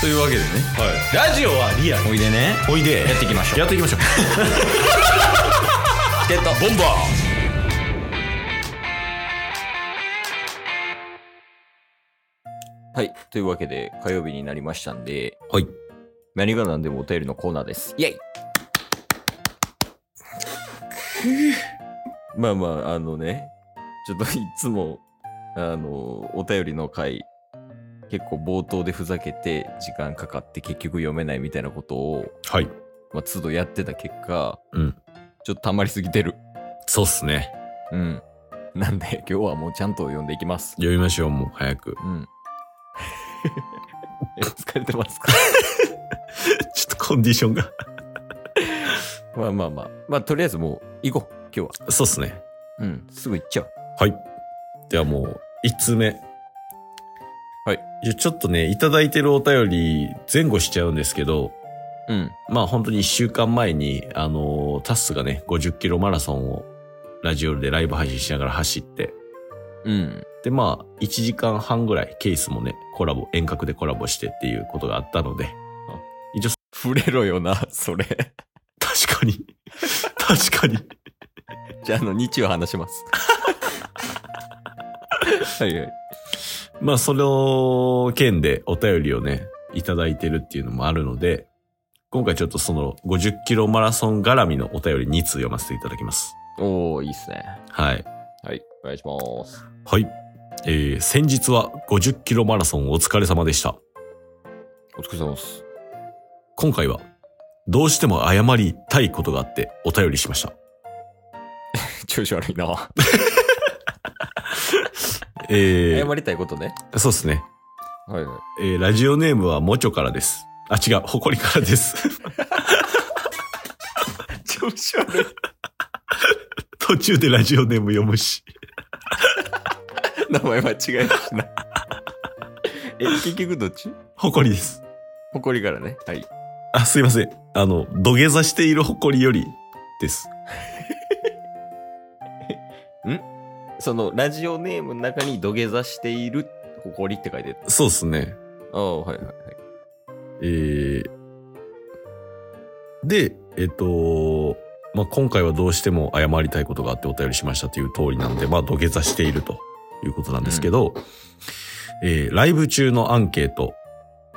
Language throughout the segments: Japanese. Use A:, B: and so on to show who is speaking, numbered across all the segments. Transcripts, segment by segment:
A: というわけでね
B: ラジオはリアル
A: おいでね
B: おいで
A: やっていきましょう
B: やってい きましょう
A: チケットボンバーはい。というわけで、火曜日になりましたんで、
B: はい
A: 何が何でもお便りのコーナーです。イェイ まあまあ、あのね、ちょっといつも、あの、お便りの回、結構冒頭でふざけて、時間かかって結局読めないみたいなことを、
B: はい
A: まあ、都度やってた結果、
B: うん
A: ちょっと溜まりすぎてる。
B: そうっすね
A: うん。なんで、今日はもうちゃんと読んでいきます。
B: 読みましょうもう早く
A: うん。 え疲れてますか
B: ちょっとコンディションが
A: まあまあまあ。まあ、とりあえずもう、行こう、今日は。
B: そうっすね
A: うん、すぐ行っちゃおう。
B: はいではもう1通目
A: はい
B: いやちょっとねいただいてるお便り前後しちゃうんですけど
A: うん。
B: まあ本当に1週間前にあのータッスがね50キロマラソンをラジオでライブ配信しながら走って
A: うん。
B: で、まあ、1時間半ぐらい、ケースもね、コラボ、遠隔でコラボしてっていうことがあったので、
A: 触れろよな、それ。
B: 確かに、確かに、
A: じゃあ、あの、日曜話します。 はいはい。
B: まあ、その件でお便りをね、いただいてるっていうのもあるので、今回ちょっとその50キロマラソン絡みのお便り2通読ませていただきます。
A: おー、いいっすね。
B: はい。
A: はい、お願いします。
B: はい。えー、先日は50キロマラソンお疲れ様でした。
A: お疲れ様です。
B: 今回は、どうしても謝りたいことがあってお便りしました。
A: 調子悪いな。
B: えー
A: 謝りたいことね。
B: そうですね。
A: はいはい。
B: えーラジオネームはもちょからです。あ、違う、ほこりからです。
A: 調子悪い。
B: 途中でラジオネーム読むし。
A: 名前間違えたしな。 え、結局どっち
B: ほこりです。
A: 誇りからね。はい。
B: あ、すいません。あの、土下座しているほこりよりです。
A: そのラジオネームの中に土下座している誇りって書いてる。
B: そうですね。
A: ああ、はいはいはい。
B: えーで、えっと、まあ、今回はどうしても謝りたいことがあってお便りしましたという通りなので、まあ、土下座しているということなんですけど、えーライブ中のアンケート、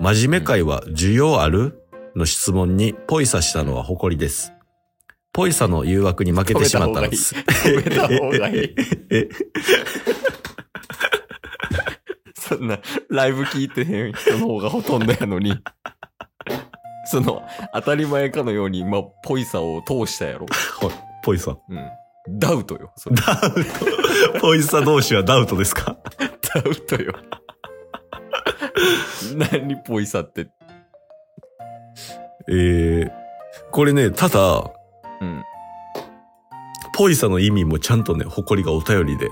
B: 真面目会は需要あるの質問にポイサしたのは誇りです。ポイサの誘惑に負けてしまったのです。
A: 止めた方がいい。
B: え
A: そんな、ライブ聞いてへん人の方がほとんどやのに。 その、当たり前かのように、まあ、ぽいさを通したやろ。
B: ポイサ。
A: うん。ダウトよ。それ
B: ダウト。 ポイサ同士はダウトですか
A: ダウトよ。 何ぽいさって。
B: えーこれね、ただ、
A: うん。
B: ポイサの意味もちゃんとね、誇りがお便りで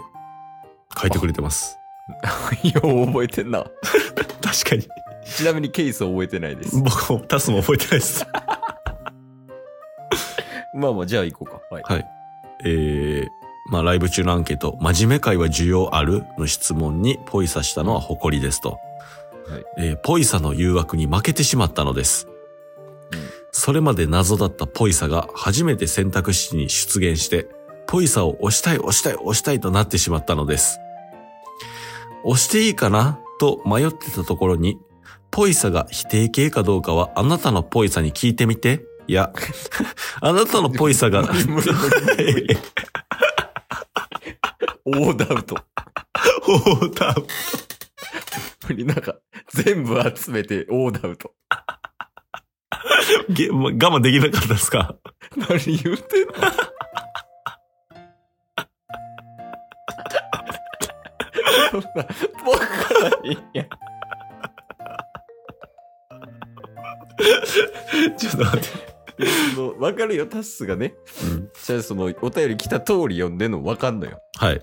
B: 書いてくれてます。
A: よう覚えてんな。
B: 確かに。
A: ちなみにケース覚えてないです。
B: 僕もタスも覚えてないです。
A: まあまあ、じゃあ行こうか。 はい。
B: はい。えー、まあライブ中のアンケート、真面目会は需要あるの質問にポイサしたのは誇りですと。
A: はい
B: えーポイサの誘惑に負けてしまったのです。
A: うん
B: それまで謎だったポイサが初めて選択肢に出現して、ポイサを押したい押したい押したいとなってしまったのです。押していいかなと迷ってたところに、ポイサが否定形かどうかはあなたのポイサに聞いてみて。い や、あなたのポイサが、
A: 無理無理無理大ダウト。
B: おダウ
A: 無理なんか、全部集めて大ダウト。
B: げま我慢できなかったですか
A: 何言うてんのそんな、僕からいいやん。
B: ちょっと待って。
A: そのわかるよ、タッスがね。
B: うん
A: じゃあ、その、お便り来た通り読んでんのわかんのよ。
B: はい。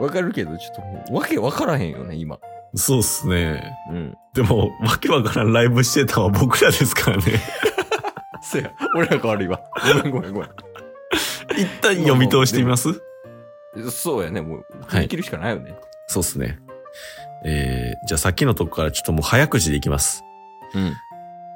A: わかるけど、ちょっともう、わけわからへんよね、今。
B: そうっすね。
A: うん。
B: でも、わけわからんライブしてたのは僕らですからね。
A: そや、俺ら変わるわ。ごめんごめんご
B: 一旦読み通してみます
A: めん。そうやね、もう、
B: はい
A: 生きるしかないよね。
B: そうっすね。えー、じゃあさっきのとこからちょっともう早口でいきます。
A: うん。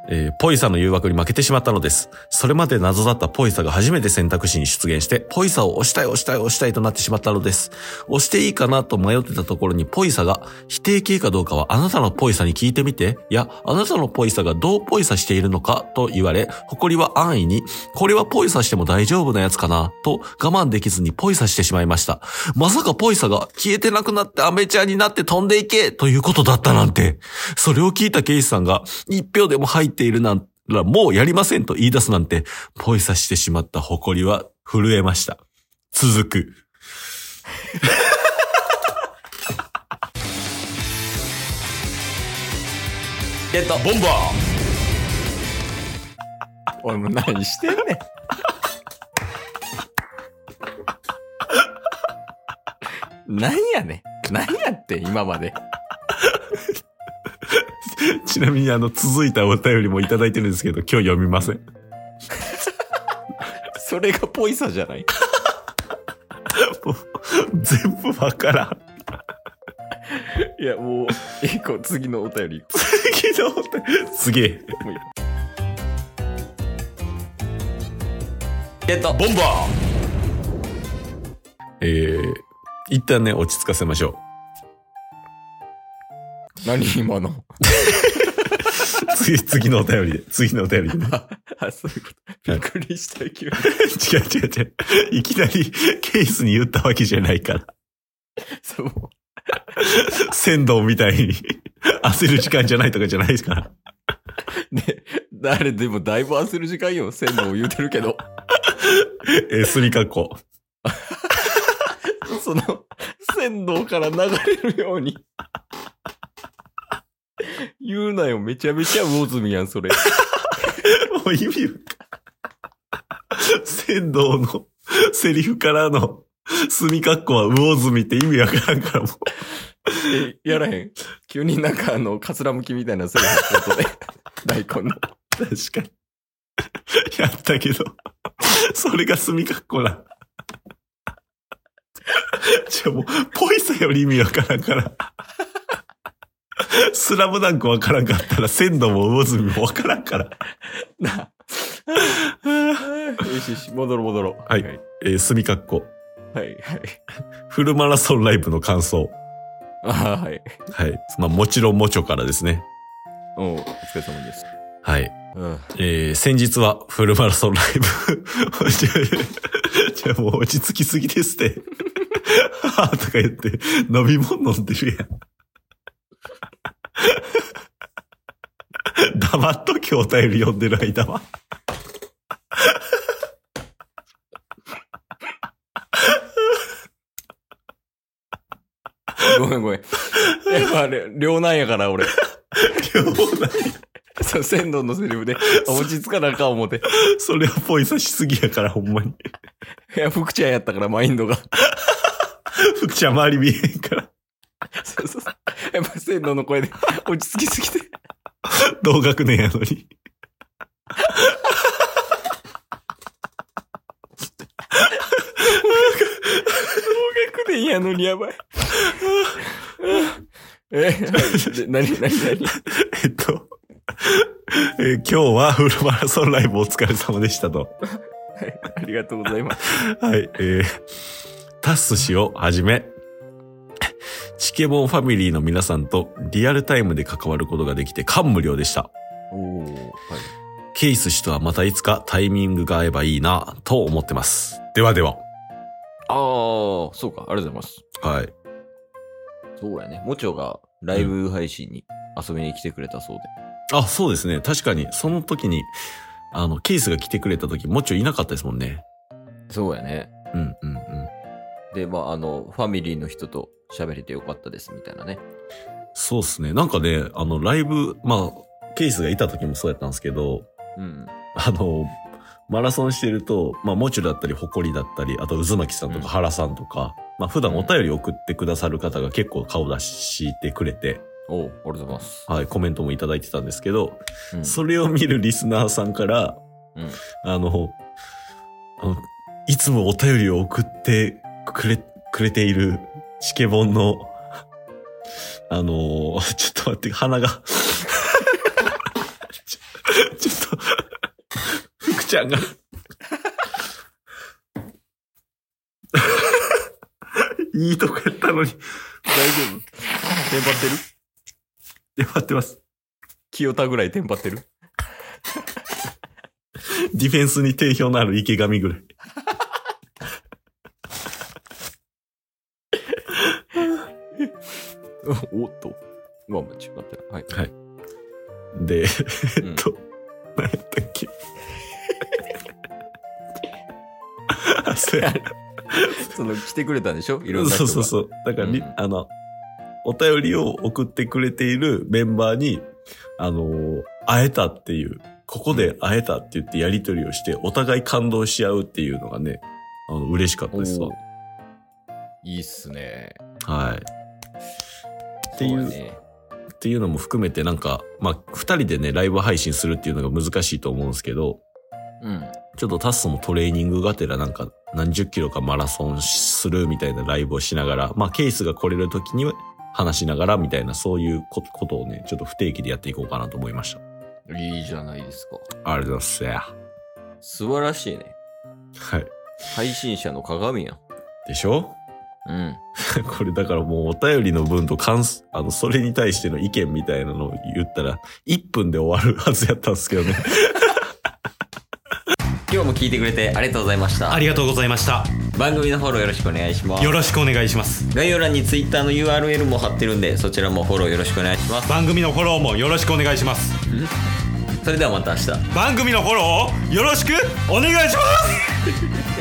B: えーポイサの誘惑に負けてしまったのです。それまで謎だったポイサが初めて選択肢に出現して、ポイサを押したい押したい押したいとなってしまったのです。押していいかなと迷ってたところにポイサが、否定形かどうかはあなたのポイサに聞いてみて、いや、あなたのポイサがどうポイサしているのかと言われ、誇りは安易に、これはポイサしても大丈夫なやつかなと我慢できずにポイサしてしまいました。まさかポイサが消えてなくなってアメちゃんになって飛んでいけということだったなんて。 それを聞いたケイシさんが、一票でも入っているなんらもうやりませんと言い出すなんて、ポイサしてしまった誇りは震えました。続く。
A: ゲット
B: ボンバー
A: おい、もう何してんねん。何やねん。何やってん、今まで。
B: ちなみにあの続いたお便りもいただいてるんですけど、今日読みません。
A: それがポイサじゃない。
B: 全部わからん。
A: いや、もう、一個次のお便り。
B: 次のお便り。すげえ。
A: ゲット
B: ボンバーえー、一旦ね、落ち着かせましょ
A: 何今の。
B: う。次、次のお便りで。次のお便りでね。
A: あ、そういうこと。びっくりした、急に。
B: 違う違う違う。いきなりケースに言ったわけじゃないから。
A: そう。
B: 仙道みたいに焦る時間じゃないとかじゃないですから。
A: ね、誰でもだいぶ焦る時間よ、線路を言うてるけど。
B: えー、すりかっこ。
A: その、線路から流れるように。言うなよ、めちゃめちゃ魚住やん、それ。
B: もう意味わかん仙道のセリフからの墨かっこは魚住って意味わからんからもう。
A: え、やらへん。急になんかあの、かつらむきみたいな線路のことで。 大根の。
B: 確かに。 やったけど、 それが墨かっこな。 じゃあもう、ぽいさより意味わからんから。 スラムダンクわからんかったら、仙道も魚住もわからんから。
A: な。 よしよし、戻ろう戻ろう。
B: はい
A: はい、
B: えー、墨かっこ。
A: はい。
B: フルマラソンライブの感想。
A: あーはい。
B: はい。まあ、もちろんもちょからですね。
A: おうお疲れ様です。
B: はい。
A: うん。
B: えー先日はフルマラソンライブ。 じゃあじゃあもう落ち着きすぎですって。はぁとか言って、飲み物飲んでるやん。黙っときお便り読んでる間は。
A: ごめんご めん。やっぱあれ、両なんやから、俺。
B: 今日もな
A: そう、仙道のセリフで、あ落ち着かなあかん思って。
B: それはポイさしすぎやから、ほんまに。
A: いや、福ちゃんやったから、マインドが。
B: 福ちゃん周り見えへんから、
A: そうそうそう。やっぱ仙道の声で、落ち着きすぎて。
B: 同学年やのに。
A: 学年やのにやばい。 え、で何、何、何
B: えっと、えー今日はフルマラソンライブお疲れ様でしたと。
A: ありがとうございます。
B: はい、えー、タッス氏をはじめ、チケボンファミリーの皆さんとリアルタイムで関わることができて感無量でした。
A: おお、はい。
B: ケイス氏とはまたいつかタイミングが合えばいいなと思ってます。ではでは。
A: ああ、そうか、ありがとうございます。
B: はい。
A: そうやね。もちょがライブ配信に遊びに来てくれたそうで。
B: あ、そうですね。確かに、その時に、あの、ケイスが来てくれた時、もっちょいなかったですもんね。
A: そうやね。
B: うんうんうん。
A: で、まあ、あの、ファミリーの人と喋れてよかったです、みたいなね。
B: そうですね。なんかね、あの、ライブ、まあ、ケイスがいた時もそうやったんですけど、
A: うん。
B: あの、マラソンしてると、まあ、もちろだったり、ほこりだったり、あと、渦巻さんと
A: うん
B: か、原さんとか、まあ、普段お便り送ってくださる方が結構顔出してくれて、
A: おお、ありがとうございます。
B: はい、コメントもいただいてたんですけど、
A: うん
B: それを見るリスナーさんから、
A: うん
B: あの、あの、いつもお便りを送ってくれ、くれている、チケボンの、 あの、ちょっと待って、鼻が、ちゃんが。 いいとこやったのに。
A: 大丈夫テンパってる
B: で、 待ってます。
A: 清田ぐらいテンパってる
B: ディフェンスに定評のある池上ぐらい。
A: おおっと。うわ、間違ってない。 はい。
B: で、
A: えっ
B: と何やったっ け。あ、そうや。
A: その、来てくれたんでしょいろんな人が。
B: そうそうそう。だから、り
A: うん
B: あの、お便りを送ってくれているメンバーに、あのー会えたっていう、ここで会えたって言ってやりとりをして、お互い感動し合うっていうのがね、あの、嬉しかったですわ
A: おー。いいっすね。
B: はい。っていう
A: そだね
B: っていうのも含めて、なんか、まあ、二人でね、ライブ配信するっていうのが難しいと思うんですけど、
A: うん。
B: ちょっとタッソもトレーニングがてらなんか何十キロかマラソンするみたいなライブをしながら、まあケースが来れる時に話しながらみたいなそういうこことをね、ちょっと不定期でやっていこうかなと思いました。
A: いいじゃないですか。
B: ありがとうございま
A: 素晴らしいね。
B: す。はい。
A: 配信者の鏡やん。
B: でしょ
A: うん。
B: これだからもうお便りの分と関す、あの、それに対しての意見みたいなのを言ったら、1分で終わるはずやったんですけどね。
A: 今日も聞いてくれてありがとうございました。
C: ありがとうございました。
A: 番組のフォローよろしくお願いします
C: よ。ろしくお願いします。
A: 概要欄に Twitter の URL も貼ってるんで、そちらもフォローよろしくお願いします。
C: 番組のフォローもよろしくお願いします。
A: それではまた明日。
C: 番組のフォローをよろしくお願いします